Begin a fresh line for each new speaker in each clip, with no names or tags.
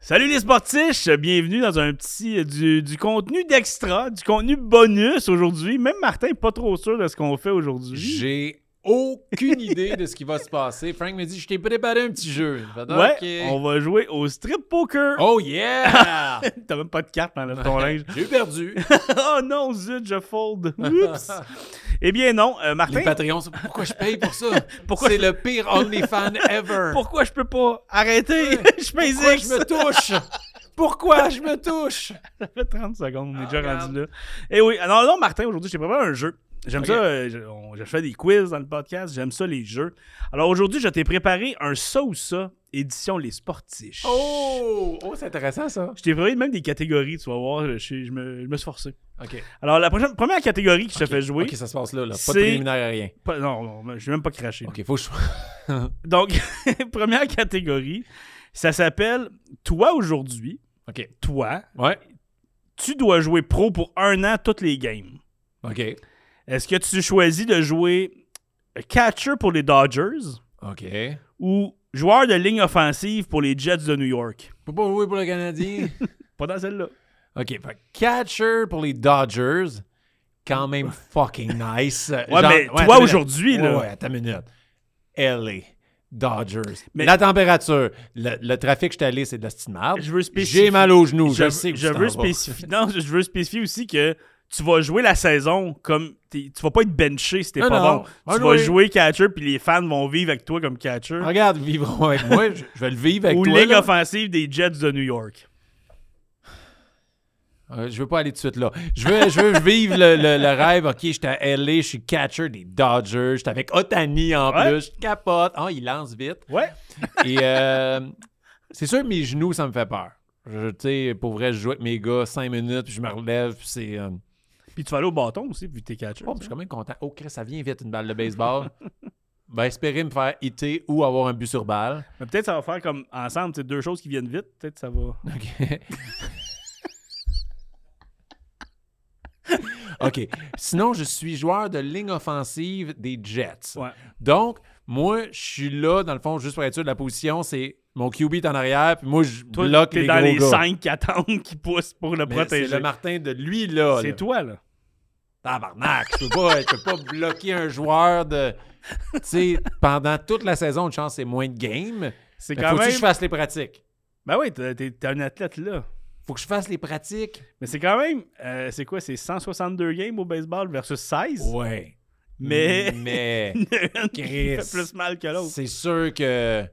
Salut les sportiches, bienvenue dans un petit euh, du, du contenu d'extra, du contenu bonus aujourd'hui. Même Martin est pas trop sûr de ce qu'on fait aujourd'hui.
J'ai aucune idée de ce qui va se passer. Frank me dit Je t'ai préparé un petit jeu. Fait donc,
Ouais,
ok.
on va jouer au strip poker.
Oh yeah
T'as même pas de carte dans le- ton linge.
J'ai perdu.
oh non, zut, je fold. Oups. eh bien non, euh, Martin,
Les Patreons, c'est- pourquoi je paye pour ça
Pourquoi
C'est le pire OnlyFans ever.
pourquoi je peux pas arrêter Je fais
Pourquoi je
X.
me touche Pourquoi je me touche
Ça fait 30 secondes, on est
Ah,
déjà
regarde.
rendu là. Eh oui, alors non, Martin, aujourd'hui, j'ai préparé un jeu. J'aime
Ok.
ça, euh, je, on- je fais des quiz dans le podcast, j'aime ça les jeux. Alors aujourd'hui, je t'ai préparé un ça ou ça, édition Les Sportiches.
Oh Oh, c'est intéressant ça.
Je t'ai préparé même des catégories, tu vas voir, je, suis- je me, je me suis forcé.
Ok.
Alors la prochaine, première catégorie que je te
Ok.
fais jouer,
Ok, ça se passe là. là. Pas
C'est-
de préliminaire à rien.
pas- non, non, je vais même pas craché.
Ok, faut que je.
Donc, première catégorie, ça s'appelle Toi aujourd'hui,
Ok.
toi,
Ouais.
tu dois jouer pro pour un an toutes les games.
Ok.
Est-ce que tu choisis de jouer catcher pour les Dodgers
Ok.
ou joueur de ligne offensive pour les Jets de New York?
Faut pas jouer pour le Canadien.
Pas dans celle-là.
OK, fait, catcher pour les Dodgers, quand même fucking nice.
Ouais, mais toi aujourd'hui, là.
Ouais, ta minute. LA, Dodgers.
Mais-
la température, le, le trafic que je t'allais, c'est de la petite marde.
Je veux spécifier.
J'ai mal aux genoux, je,
Je,
sais où
je
tu t'en
veux
vas.
spécifier. non, je veux spécifier aussi que tu vas jouer la saison comme. t'es- Tu vas pas être benché si t'es
Non,
pas
non.
bon.
Ah,
Tu
oui.
vas jouer catcher puis les fans vont vivre avec toi comme catcher.
Regarde, vivront avec moi, je, je vais le vivre avec
Ou
toi.
ligne
là.
offensive des Jets de New York.
Euh, je veux pas aller tout de suite là. Je veux, je veux vivre le, le- le rêve. OK, j'étais à LA, je suis catcher des Dodgers, j'étais avec Otani en
Ouais.
plus, je capote. Oh, il lance vite.
Ouais.
Et euh, c'est sûr, mes genoux, ça me fait peur. Je, tu sais, pour vrai, je joue avec mes gars 5 minutes, puis je me relève, puis c'est. euh,
Puis tu vas aller au bâton aussi, vu que t'es catcher.
Oh, puis je suis quand même content. Oh, Chris, ça vient vite, une balle de baseball. ben, espérer me faire hitter ou avoir un but sur balle.
Mais peut-être ça va faire comme ensemble, c'est deux choses qui viennent vite. Peut-être ça va.
OK. OK. Sinon, je suis joueur de ligne offensive des Jets.
Ouais.
Donc, moi, je suis là, dans le fond, juste pour être sûr de la position, c'est mon QB est en arrière, puis moi, je
Toi,
bloque
t'es
les
dans
gros
les
gars.
cinq qui attendent qui poussent pour le
Mais
protéger.
C'est le Martin de lui, là.
C'est
là.
toi, là.
Tabarnak, je peux pas, je peux pas bloquer un joueur de. Tu sais, pendant toute la saison, une chance, c'est moins de games.
C'est
Mais
quand
faut-tu
même.
que je fasse les pratiques?
Ben oui, t'es, t'es- t'es un athlète, là.
Faut que je fasse les pratiques?
Mais c'est quand même. euh, c'est quoi C'est 162 games au baseball versus 16.
Ouais. Mm,
Mais.
Mais.
une qui
Oh, Chris.
fait plus mal que l'autre.
c'est sûr que.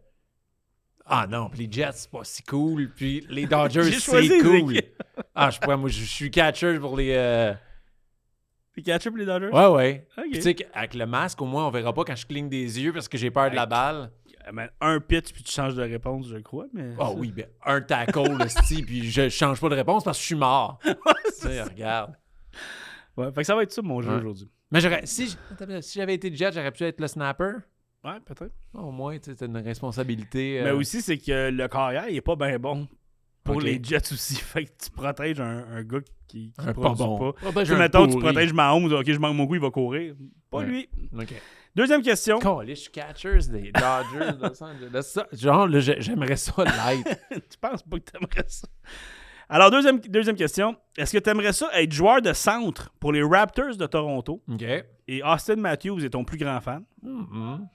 Ah non, puis les Jets, c'est pas si cool. Puis les Dodgers,
J'ai choisi
c'est
les
cool.
équipes.
Ah, je sais pas, moi, je je suis catcher pour les. euh,
Puis catcher pour les Dodgers.
Ouais, ouais.
Ok.
Puis tu sais, avec le masque, au moins, on verra pas quand je cligne des yeux parce que j'ai peur de la balle.
Ah, ben, un pitch, puis tu changes de réponse, je crois. Mais...
Ah oui, ben, un tackle, le style, puis je change pas de réponse parce que je suis mort. Tu sais, regarde.
Ouais, fait que ça va être ça, mon jeu
Ouais.
aujourd'hui.
Mais j'aurais. Si j'- attends, attends, si j'avais été jet, j'aurais pu être le snapper.
Ouais, peut-être.
Au moins, tu sais, t'as une responsabilité. euh,
Mais aussi, c'est que le carrière, il est pas bien bon. Pour
Ok.
les Jets aussi. Fait que tu protèges un, un gars qui, qui
un pas
produit
bon.
pas.
Ah, ben,
Tu sais,
j'ai un
mettons, tu
pourri.
protèges Mahomes, ok, je manque mon goût, il va courir. Pas
Ouais.
lui.
Ok.
Deuxième question.
Calais, je suis catchers des Dodgers de Los Angeles. Ça, genre, là, j'ai- j'aimerais ça l'être.
tu penses pas que t'aimerais ça? Alors, deuxième, deuxième question. Est-ce que t'aimerais ça être joueur de centre pour les Raptors de Toronto
OK.
et Austin Matthews est ton plus grand fan?
Mhm.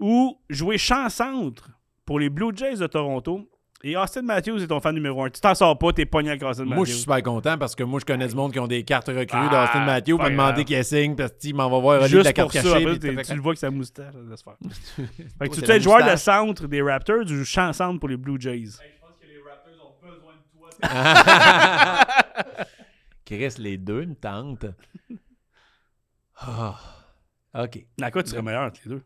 Ou jouer champ centre pour les Blue Jays de Toronto et Austin Matthews est ton fan numéro un? Tu t'en sors pas, t'es pogné avec Austin
Moi,
Matthews.
je suis super content parce que moi, je connais du monde qui ont des cartes recrues
Ah,
d'Austin
c'est
Matthews.
pas
m'a
grave.
demandé qu'il signe parce qu'il m'en va voir relire de la
Juste
carte
pour
cachée.
ça, après,
puis
t'es-
t'as fait-
tu le vois que sa moustache, ça laisse faire. fait que tu
c'est
peux
la
être joueur de
moustache.
centre des Raptors ou champ centre pour les Blue Jays?
Chris, les deux me tentent. Ah. OK.
Dans quoi tu serais meilleur entre les deux?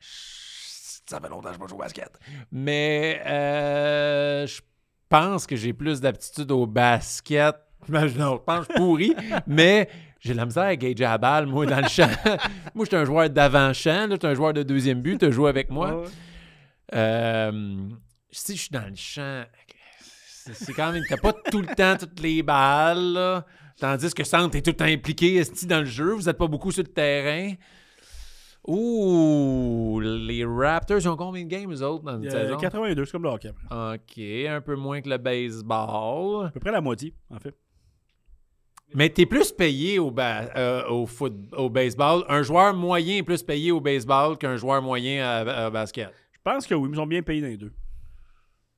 Ça fait longtemps que je pas joué au basket. Mais euh, je pense que j'ai plus d'aptitude au basket. Ben, je- Non, je pense que je suis pourri, mais j'ai de la misère à gager la balle, moi, dans le champ. moi, j'étais un joueur d'avant-champ, là, j'étais un joueur de deuxième but, tu joué avec moi.
Ouais.
Euh, si je suis dans le champ, c'est c'est quand même. T'as pas tout le temps toutes les balles. là. Tandis que Centre est tout le temps impliqué esti, dans le jeu. Vous êtes pas beaucoup sur le terrain. Ouh, les Raptors, ils ont combien de games, eux autres, dans une
Euh,
saison?
82, c'est comme le hockey. à peu près.
OK, un peu moins que le baseball.
À peu près la moitié, en fait.
Mais t'es plus payé au, ba- euh, au, foot, au baseball. Un joueur moyen est plus payé au baseball qu'un joueur moyen à, à basket.
Je pense que oui, mais ils sont bien payés dans les deux.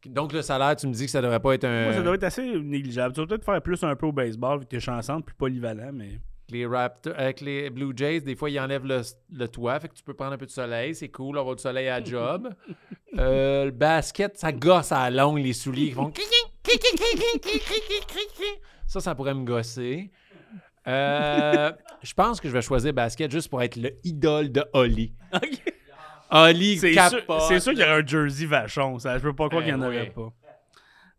Donc, le salaire, tu me dis que ça devrait pas être un...
Moi, ça doit être assez négligeable. Tu vas peut-être faire plus un peu au baseball, vu que t'es chancante puis polyvalent, mais.
les Raptors, avec les Blue Jays, des fois, ils enlèvent le, le toit, fait que tu peux prendre un peu de soleil, c'est cool, avoir du soleil à la job. Euh, le basket, ça gosse à la longue, les souliers qui font... Ça, ça pourrait me gosser. Euh, je pense que je vais choisir basket juste pour être le idole de Oli. Oli
C'est sûr,
capote.
c'est sûr qu'il y aurait un jersey vachon, ça. Je peux pas croire
Eh
qu'il n'y en
oui.
aurait pas.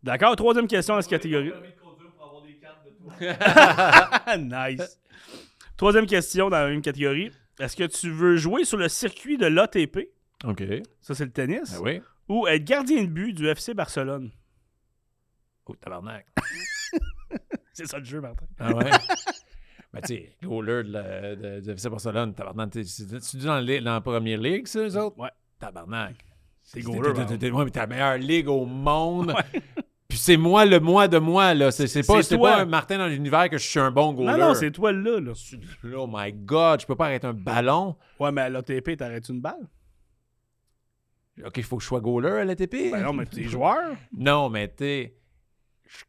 D'accord, troisième question dans cette catégorie. nice. Troisième question dans la même catégorie. Est-ce que tu veux jouer sur le circuit de l'ATP,
OK.
ça c'est le tennis,
Ah oui.
ou être gardien de but du FC Barcelone?
Oh, tabarnak.
C'est ça le jeu, Martin.
Ah ouais. Ben, tu sais, goaler de, la- de, de FC Barcelone, tabarnak. t'es- C'est c'est-tu dans, la- dans la première ligue, ça, eux autres?
Ouais.
Tabarnak.
T'es goaler,
t'es- t'es-
Barcelone.
t'es- ouais, mais t'es la meilleure ligue au monde. Puis c'est moi, le moi de moi, là. C'est c'est pas,
C'est
c'est
toi.
pas un Martin dans l'univers que je suis un bon
Non,
goaler.
non, c'est toi là, là.
Oh my God, je peux pas arrêter un ballon.
Ouais, mais à l'ATP, t'arrêtes une balle?
OK, il faut que je sois goaler à l'ATP.
Ben non, mais t'es joueur.
Non, mais tu sais, je suis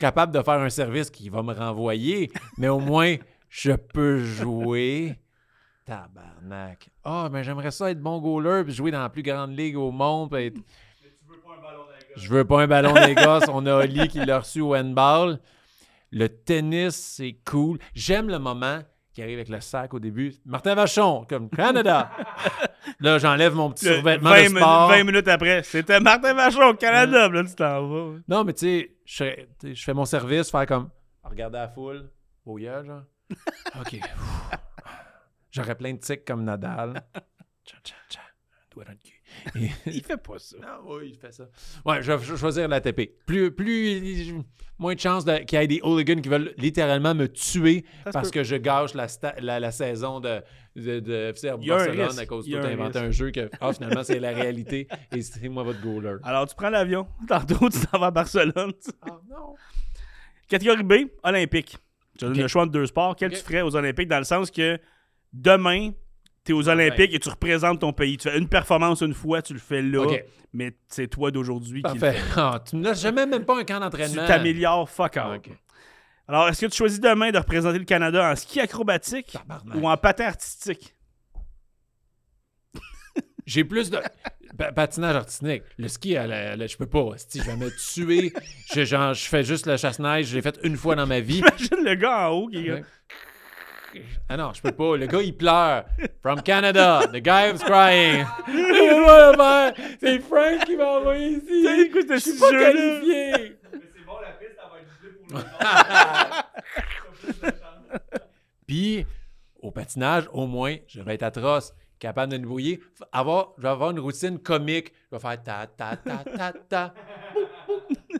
capable de faire un service qui va me renvoyer, mais au moins, je peux jouer. Tabarnak. Ah, mais j'aimerais ça être bon goaler puis jouer dans la plus grande ligue au monde. puis être- Je veux pas un ballon des gosses. On a Oli qui l'a reçu au handball. Le tennis, c'est cool. J'aime le moment qui arrive avec le sac au début. Martin Vachon, comme Canada. Là, j'enlève mon petit
Le- 20,
survêtement de
minutes-
sport.
20 minutes après, c'était Martin Vachon au Canada, là, tu t'en vas. ouais.
Non, mais tu sais, je serais- tu sais, je fais mon service, faire comme. Regarder la foule, au yeux, genre. OK. Ouh. J'aurais plein de tics comme Nadal. Tcha, tcha, tcha. Un Doigt dans le cul. Et-
Il fait pas ça.
non, oui, il fait ça. Ouais, je vais cho- choisir l'ATP. Plus, plus, moins de chances de- qu'il y ait des hooligans qui veulent littéralement me tuer
Ça se
parce
peut.
que je gâche la, sta- la- la saison de, de, de FC
Il y a un
Barcelone
risque.
à cause
Il
de
y a
tout
un
inventer un jeu que, ah, finalement, c'est la réalité et c'est moi votre goaler.
Alors, tu prends l'avion. Tantôt, tu t'en vas à Barcelone.
Ah non!
Catégorie B, Olympique. Tu as
Ok.
le choix entre deux sports. Quel
Ok.
tu ferais aux Olympiques dans le sens que demain, tu es aux Olympiques et tu représentes ton pays. Tu fais une performance une fois, tu le fais là,
Ok.
mais c'est toi d'aujourd'hui qui le
Parfait.
fais.
Ah, tu me laisses jamais même pas un camp
Tu
d'entraînement.
t'améliores, fuck
Ah,
out.
ok.
Alors, est-ce que tu choisis demain de représenter le Canada en ski acrobatique
Tabarnak.
ou en patin artistique?
J'ai plus de Pa- patinage artistique. Le ski, à la- la- je peux pas. Si je vais me tuer, je, genre, je fais juste le chasse-neige. Je l'ai fait une fois dans ma vie.
Imagine le gars en haut qui est
Ah non, je peux pas. Le gars, il pleure. From Canada, the guy is crying. C'est Frank qui m'a envoyé ici.
T'as écouté
Je
ce
suis pas
jeu-là.
qualifié.
Mais c'est bon, la piste, elle va être gelée pour le
Puis, au patinage, au moins, je vais être atroce, capable de me brouiller. F- Avoir, je vais avoir une routine comique. Je vais faire ta, ta, ta, ta, ta.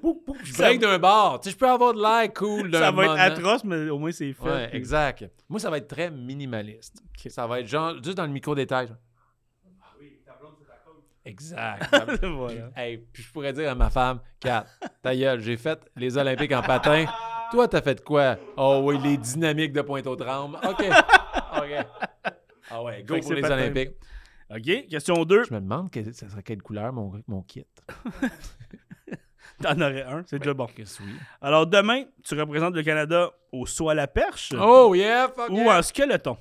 Boum, boum. Je break d'un bord. Tu sais, je peux avoir de l'air cool. d'un
Ça va être
moment.
atroce, mais au moins c'est fait.
Ouais, exact. Moi, ça va être très minimaliste. Ça va être genre, juste dans le micro-détail. genre. Exact.
Voilà.
Hey, puis je pourrais dire à ma femme, Kat, ta gueule, j'ai fait les Olympiques en patin. Toi, t'as fait quoi? Oh oui, les dynamiques de Pointe-aux-Trembles. OK. OK. Ah ouais, go
Fait que
pour
c'est
les
patin.
Olympiques.
OK, question 2.
Je me demande que ça serait quelle couleur mon, mon kit.
T'en aurais un, c'est déjà bon.
Qu'est-ce que oui.
Alors demain, tu représentes le Canada au saut à la perche
Oh yeah, fuck
ou
yeah.
en skeleton.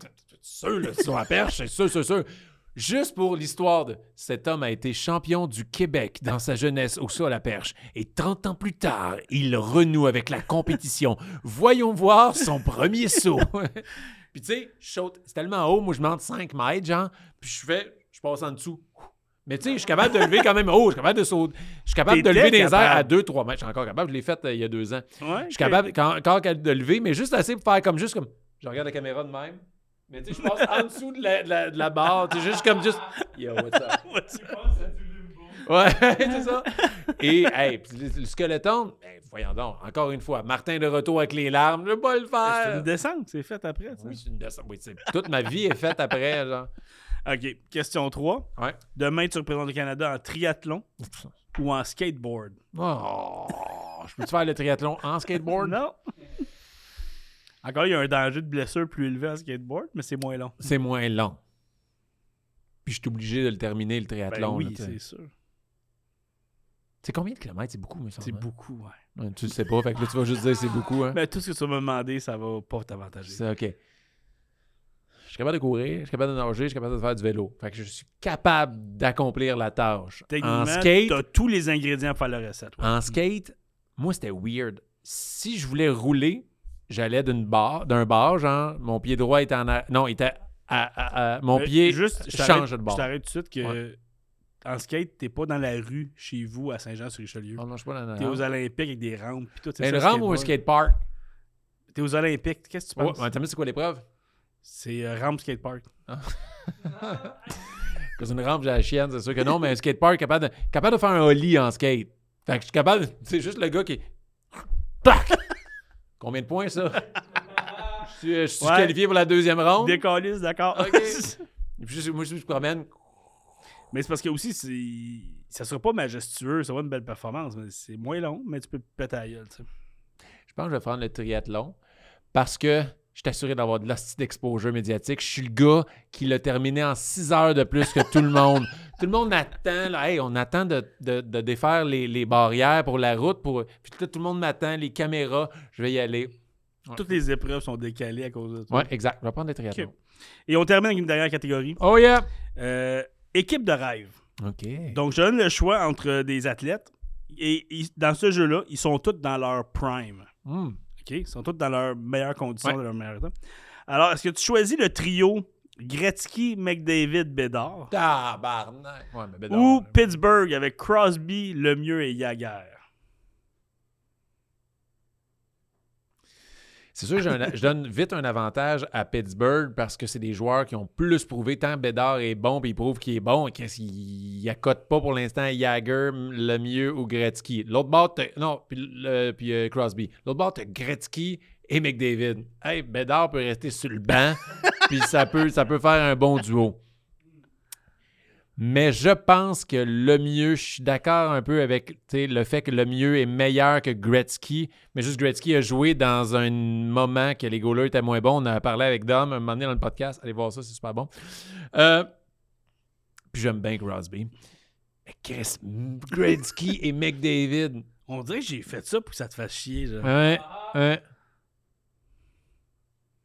C'est sûr, le sur la perche, c'est sûr, c'est sûr. Juste pour l'histoire de cet homme a été champion du Québec dans sa jeunesse au sol à perche. Et 30 ans plus tard, il renoue avec la compétition. Voyons voir son premier saut. puis tu sais, je saute, c'est tellement haut, moi je monte 5 mètres, genre, puis je fais, je passe en dessous. Mais tu sais, je suis capable de lever quand même haut, je suis capable de sauter. Je suis capable de
T'étais
lever des airs à
capable.
2-3 mètres. Je suis encore capable, je l'ai fait euh, il y a deux ans.
Ouais,
Je suis capable quand- encore capable de lever, mais juste assez pour faire comme juste comme. Je regarde la caméra de même. Mais tu sais, je passe en dessous de la, de la- de la barre. Tu sais, juste comme juste. Yo, what's up?
Je pense que c'est du limbo.
Ouais, c'est ça. Et hey, puis le, le skeleton, ben, voyons donc, encore une fois, Martin de retour avec les larmes, je vais pas le
C'est une
faire.
descente, c'est fait après. ça.
Oui, c'est une descente. Oui, c'est- toute ma vie est faite après, genre.
OK, question 3.
Ouais.
Demain, tu représentes le Canada en triathlon ou en skateboard?
Oh, je peux-tu faire le triathlon en skateboard?
Non. Encore, il y a un danger de blessure plus élevé en skateboard, mais c'est moins long.
C'est moins long. Puis je suis obligé de le terminer, le
Ben
triathlon. là,
oui,
tu sais.
c'est sûr.
c'est combien de kilomètres? C'est beaucoup, hein? mais
C'est beaucoup, ouais.
Tu le sais pas, fait que là, tu vas juste dire c'est beaucoup. Hein?
Mais tout ce que tu vas me demander, ça va pas t'avantager.
C'est OK. Je suis capable de courir, je suis capable de nager, je suis capable de faire du vélo. Fait que je suis capable d'accomplir la tâche. En
Techniquement,
skate,
t'as tous les ingrédients pour faire la recette. ouais.
en skate, moi, c'était weird. Si je voulais rouler, j'allais d'une barre, d'un bar, genre, mon pied droit était en... arri- Non, était... à- à- à- mon
Mais
pied
Ben, Euh, juste, je t'arrête-
change de
Je
bord.
t'arrête tout de suite que en skate, t'es pas dans la rue chez vous à Saint-Jean-sur-Richelieu.
Oh non, je suis pas dans la Ben,
T'es aux
rampe.
Olympiques avec des rampes pis tout. c'est
Mais
ça,
Une
le
rampe ou un
skateboard.
skatepark?
T'es aux Olympiques, qu'est-ce que tu
Oh,
penses?
mais c'est quoi l'épreuve?
C'est euh, rampe skatepark.
Parce une rampe, j'ai la chienne, c'est sûr que non, mais un skatepark capable de, capable de faire un ollie en skate. Fait que je suis capable. de- C'est juste le gars qui. Tac! Combien de points, ça? je suis, euh, je suis
Ouais.
qualifié pour la deuxième ronde.
Décaliste, d'accord.
Oh. Ok. Et puis, je- moi, je me promène.
mais c'est parce que aussi, c'est- ça sera pas majestueux, ça va être une belle performance, mais c'est moins long, mais tu peux te péter la gueule, tu sais.
Je pense que je vais prendre le triathlon parce que je suis assuré d'avoir de l'hostie d'exposure médiatique. Je suis le gars qui l'a terminé en 6 heures de plus que tout le monde. tout le monde attend, là, Hey, on attend de, de- de défaire les, les barrières pour la route. Pour... Puis là, tout le monde m'attend, les caméras, je vais y aller. Ouais.
Toutes les épreuves sont décalées à cause de toi.
Ouais, exact. Je vais prendre des triathlons.
Ok. Et on termine avec une dernière catégorie.
Oh yeah!
Euh, équipe de rêve.
OK.
Donc, je donne le choix entre des athlètes. Et ils- dans ce jeu-là, ils sont tous dans leur prime.
Hmm.
OK? Ils sont tous dans leurs meilleures conditions,
Ouais.
dans leur meilleur temps. Alors, est-ce que tu choisis le trio Gretzky, McDavid, Bédard
Tabarnak! Ouais, mais ben
ou
non.
Pittsburgh avec Crosby, Lemieux et Jagger?
C'est sûr que j'ai un- je donne vite un avantage à Pittsburgh parce que c'est des joueurs qui ont plus prouvé tant Bédard est bon, puis ils prouvent qu'il est bon. Qu'est-ce qu'il accote pas pour l'instant Jagger, Lemieux ou Gretzky. L'autre bord, t'as- non, puis, le- puis, euh, Crosby. L'autre bord, t'as Gretzky et McDavid. Hey, Bédard peut rester sur le banc, puis ça peut, ça peut faire un bon duo. Mais je pense que le mieux, je suis d'accord un peu avec tu sais, le fait que le mieux est meilleur que Gretzky. Mais juste Gretzky a joué dans un moment que les goalers étaient moins bons. On a parlé avec Dom un moment donné dans le podcast. Allez voir ça, c'est super bon. Euh, puis j'aime bien Crosby. Mais qu'est-ce Gretzky et McDavid?
On dirait que j'ai fait ça pour que ça te fasse chier. genre.
Ouais, ouais.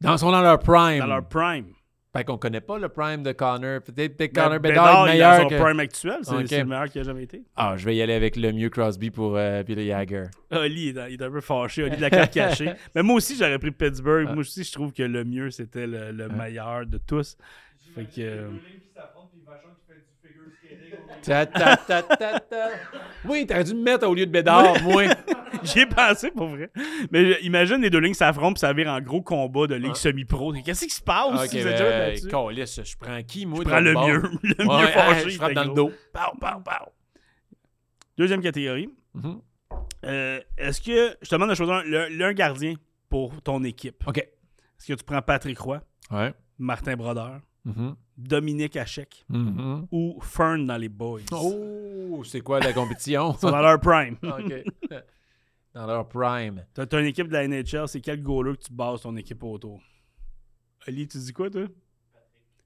Dans sont dans leur prime.
Dans leur prime.
Fait qu'on connaît pas le prime de Connor. Peut-être peut-être
Ben,
Connor Bedard
il
est
est
meilleur
dans
que...
son prime actuel. C'est
Ok.
c'est le meilleur qu'il a jamais été.
Ah, je vais y aller avec le mieux Crosby pour euh, puis le Jagger.
Oli, Ah, il est un- il est un peu fâché. Oli de la carte cachée. Mais moi aussi, j'aurais pris Pittsburgh.
Ah.
Moi aussi, je trouve que le mieux, c'était le, le meilleur de tous. Fait que... euh,
Deux lignes qui s'affrontent, puis Vachon qui fait du figure skating.
Ta, ta, ta, ta, ta. Oui, t'aurais dû me mettre au lieu de Bédard, moi.
J'y ai pensé pour vrai. Mais je- imagine les deux lignes s'affrontent puis ça vire en gros combat de ligue semi-pro. Qu'est-ce qui se passe?
Ah. Ok,
Vous êtes
ben,
jamais battus?
hey, câlisse, je prends qui, moi?
je
de
prends le
l'autre
mieux.
bord?
Le
Ouais,
mieux
hey,
fâché.
je frappe
fait
dans le
gros.
dos.
Pow, pow, pow. Deuxième catégorie.
Mhm.
Euh, Est-ce que je te demande de choisir un, le- l'un gardien pour ton équipe?
OK.
Est-ce que tu prends Patrick Roy,
Ouais.
Martin Brodeur,
Mhm.
Dominique Hachek
Mhm.
ou Fern dans les Boys?
Oh, c'est quoi la compétition?
Ils sont dans leur prime.
OK. Dans leur prime.
T'as t'as une équipe de la NHL, c'est quel goaler que tu bases ton équipe autour? Ali, tu dis quoi, toi?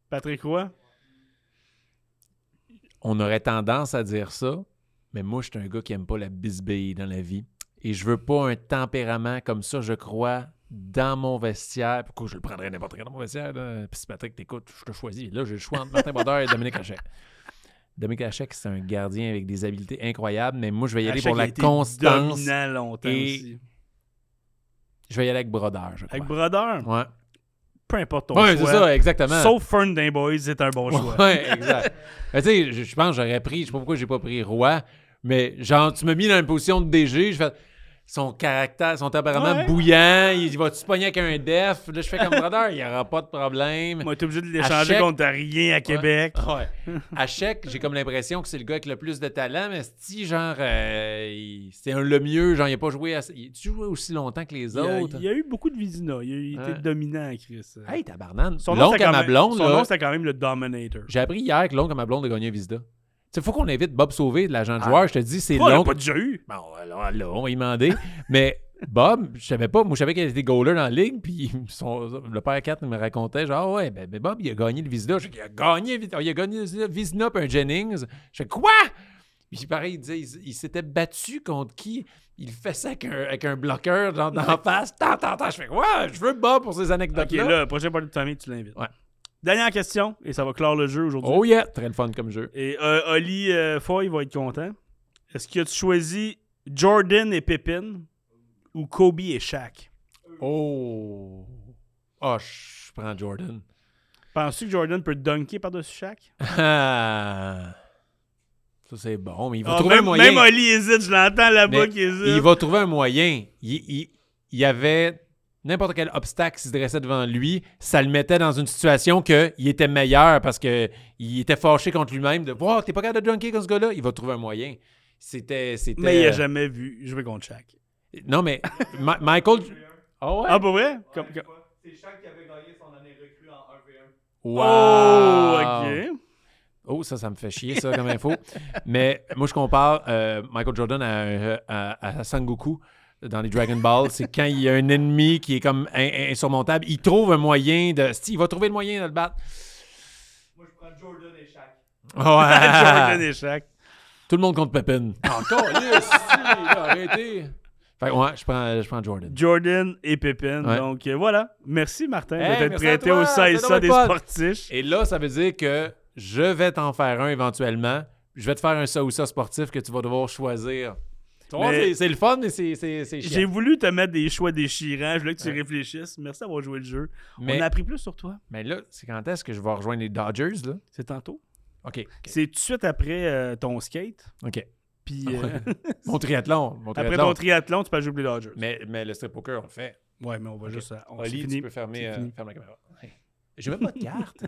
Patrick Roy?
On aurait tendance à dire ça, mais moi, je suis un gars qui aime pas la bisbille dans la vie. Et je veux pas un tempérament comme ça, je crois, dans mon vestiaire. Pourquoi je le prendrais n'importe quel dans mon vestiaire? là? Puis si Patrick t'écoute, je te choisis. Là, j'ai le choix entre Martin Brodeur et Dominique Hachek. Dominique Hachek, c'est un gardien avec des habiletés incroyables, mais moi, je vais y aller
Hachek
pour
a
la
été
constance.
dominant longtemps
et-
aussi.
Je vais y aller avec Brodeur, je crois.
Avec Brodeur,
Ouais,
peu importe ton
ouais c'est
choix.
ça, exactement.
Sauf Fern d'un Boys, c'est un bon choix.
Ouais, exact. Mais tu sais, je, je pense que j'aurais pris, je sais pas pourquoi j'ai pas pris Roi, mais genre, tu m'as mis dans une position de DG, je fais, son caractère, son tempérament
Ouais.
bouillant, il va-tu se pogner avec un def? Là, je fais comme brother, il n'y aura pas de problème.
Moi, t'es obligé de
À
l'échanger
chaque- Ah,
contre rien à Québec.
Ouais. À chèque, j'ai comme l'impression que c'est le gars avec le plus de talent, mais si genre, euh, il- c'est un le mieux, genre, il n'a pas joué assez- il- tu jouais aussi longtemps que
Il
les
y a-
autres.
Il y a eu beaucoup de Vizina. Il a eu- il était
Ouais.
dominant, Chris.
Hey, tabarnane.
Son nom,
L'oncle
c'était
à
quand,
ma
même-
blonde,
son
là,
nom, c'était quand même le Dominator.
j'ai appris hier que l'oncle à ma blonde a gagné un Visita. Tu sais, faut qu'on invite Bob Sauvé, de l'agent de
Ah.
joueur, je te dis, c'est
Pas, on l'a
l'oncle.
pas déjà eu.
Bon, alors, là, on va y demander. Mais Bob, je savais pas. Moi, je savais qu'il était goaler dans la ligue. Puis son- le père 4 me racontait genre, Ah ouais, ben, ben Bob, il a gagné le Vizina. Je dis, il a gagné, le Vizina- il a gagné le Vizina- Vizina puis un Jennings. Je fais quoi? Puis pareil, il disait, il, il s'était battu contre qui? Il fait ça avec un, avec un bloqueur genre, d'en face. Tant, tant, tant. Je fais quoi? Je veux Bob pour ces anecdotes-là.
Ok, là, prochain party de famille, tu l'invites.
Ouais.
Dernière question, et ça va clore le jeu aujourd'hui.
Oh yeah, très le fun comme jeu.
Et euh, Oli euh, Foy va être content. Est-ce que tu choisis Jordan et Pippin ou Kobe et Shaq?
Oh. Oh, je prends Jordan.
Penses-tu que Jordan peut dunker par-dessus Shaq?
Ah. Ça, c'est bon, mais il va
Ah,
trouver
même,
un moyen.
même Oli hésite, je l'entends là-bas
Mais
qui hésite.
il va trouver un moyen. Il, il- il y avait n'importe quel obstacle qui se dressait devant lui, ça le mettait dans une situation qu'il était meilleur parce que il était fâché contre lui-même de voir, t'es pas capable de junker contre ce gars-là. Il va trouver un moyen. C'était. c'était- euh,
Mais il a jamais vu jouer contre Shaq.
Non, mais Ma- Michael. Ah ouais?
Ah, pour vrai? Comme-
Ouais,
comme-
C'est Shaq qui avait gagné son année recrue en 1v1.
Oh,
Wow!
ok.
Oh, ça, ça me fait chier, ça, comme info. Mais moi, je compare euh, Michael Jordan à, un- à- à Sangoku dans les Dragon Ball. C'est quand il y a un ennemi qui est comme in- insurmontable, il trouve un moyen de. si, Il va trouver le moyen de le battre.
Moi, je prends Jordan et Shaq.
Jordan
Ouais.
et Shaq.
Tout le monde contre Pépin. Encore, yes, si, là, arrêtez. Fait que, ouais, je prends, je prends Jordan.
Jordan et Pippin.
Ouais.
Donc euh, voilà. Merci Martin
Hey,
d'être
merci à
prêté
toi,
au
c'était
16 ça
donc
des
le fun.
sportifs.
Et là, ça veut dire que je vais t'en faire un éventuellement. Je vais te faire un ça ou ça sportif que tu vas devoir choisir. Tu vois,
Mais-
c'est- c'est le fun, mais c'est c'est- c'est
J'ai
chiant.
voulu te mettre des choix déchirants. Je voulais que tu
Ouais.
réfléchisses. Merci d'avoir joué le jeu.
Mais,
On a appris plus sur toi.
mais là, c'est quand est-ce que je vais rejoindre les Dodgers, là?
C'est tantôt.
OK.
C'est tout de suite après euh, ton skate.
OK. Ah
Puis euh,
Mon triathlon. Mon
après
triathlon.
ton triathlon, tu peux jouer les Dodgers.
mais, mais le strip poker, on le fait.
Ouais, mais on va
Ok.
juste. euh, On c'est
Oli,
fini.
tu peux fermer
C'est
euh,
fini.
ferme la caméra. J'ai même pas de carte.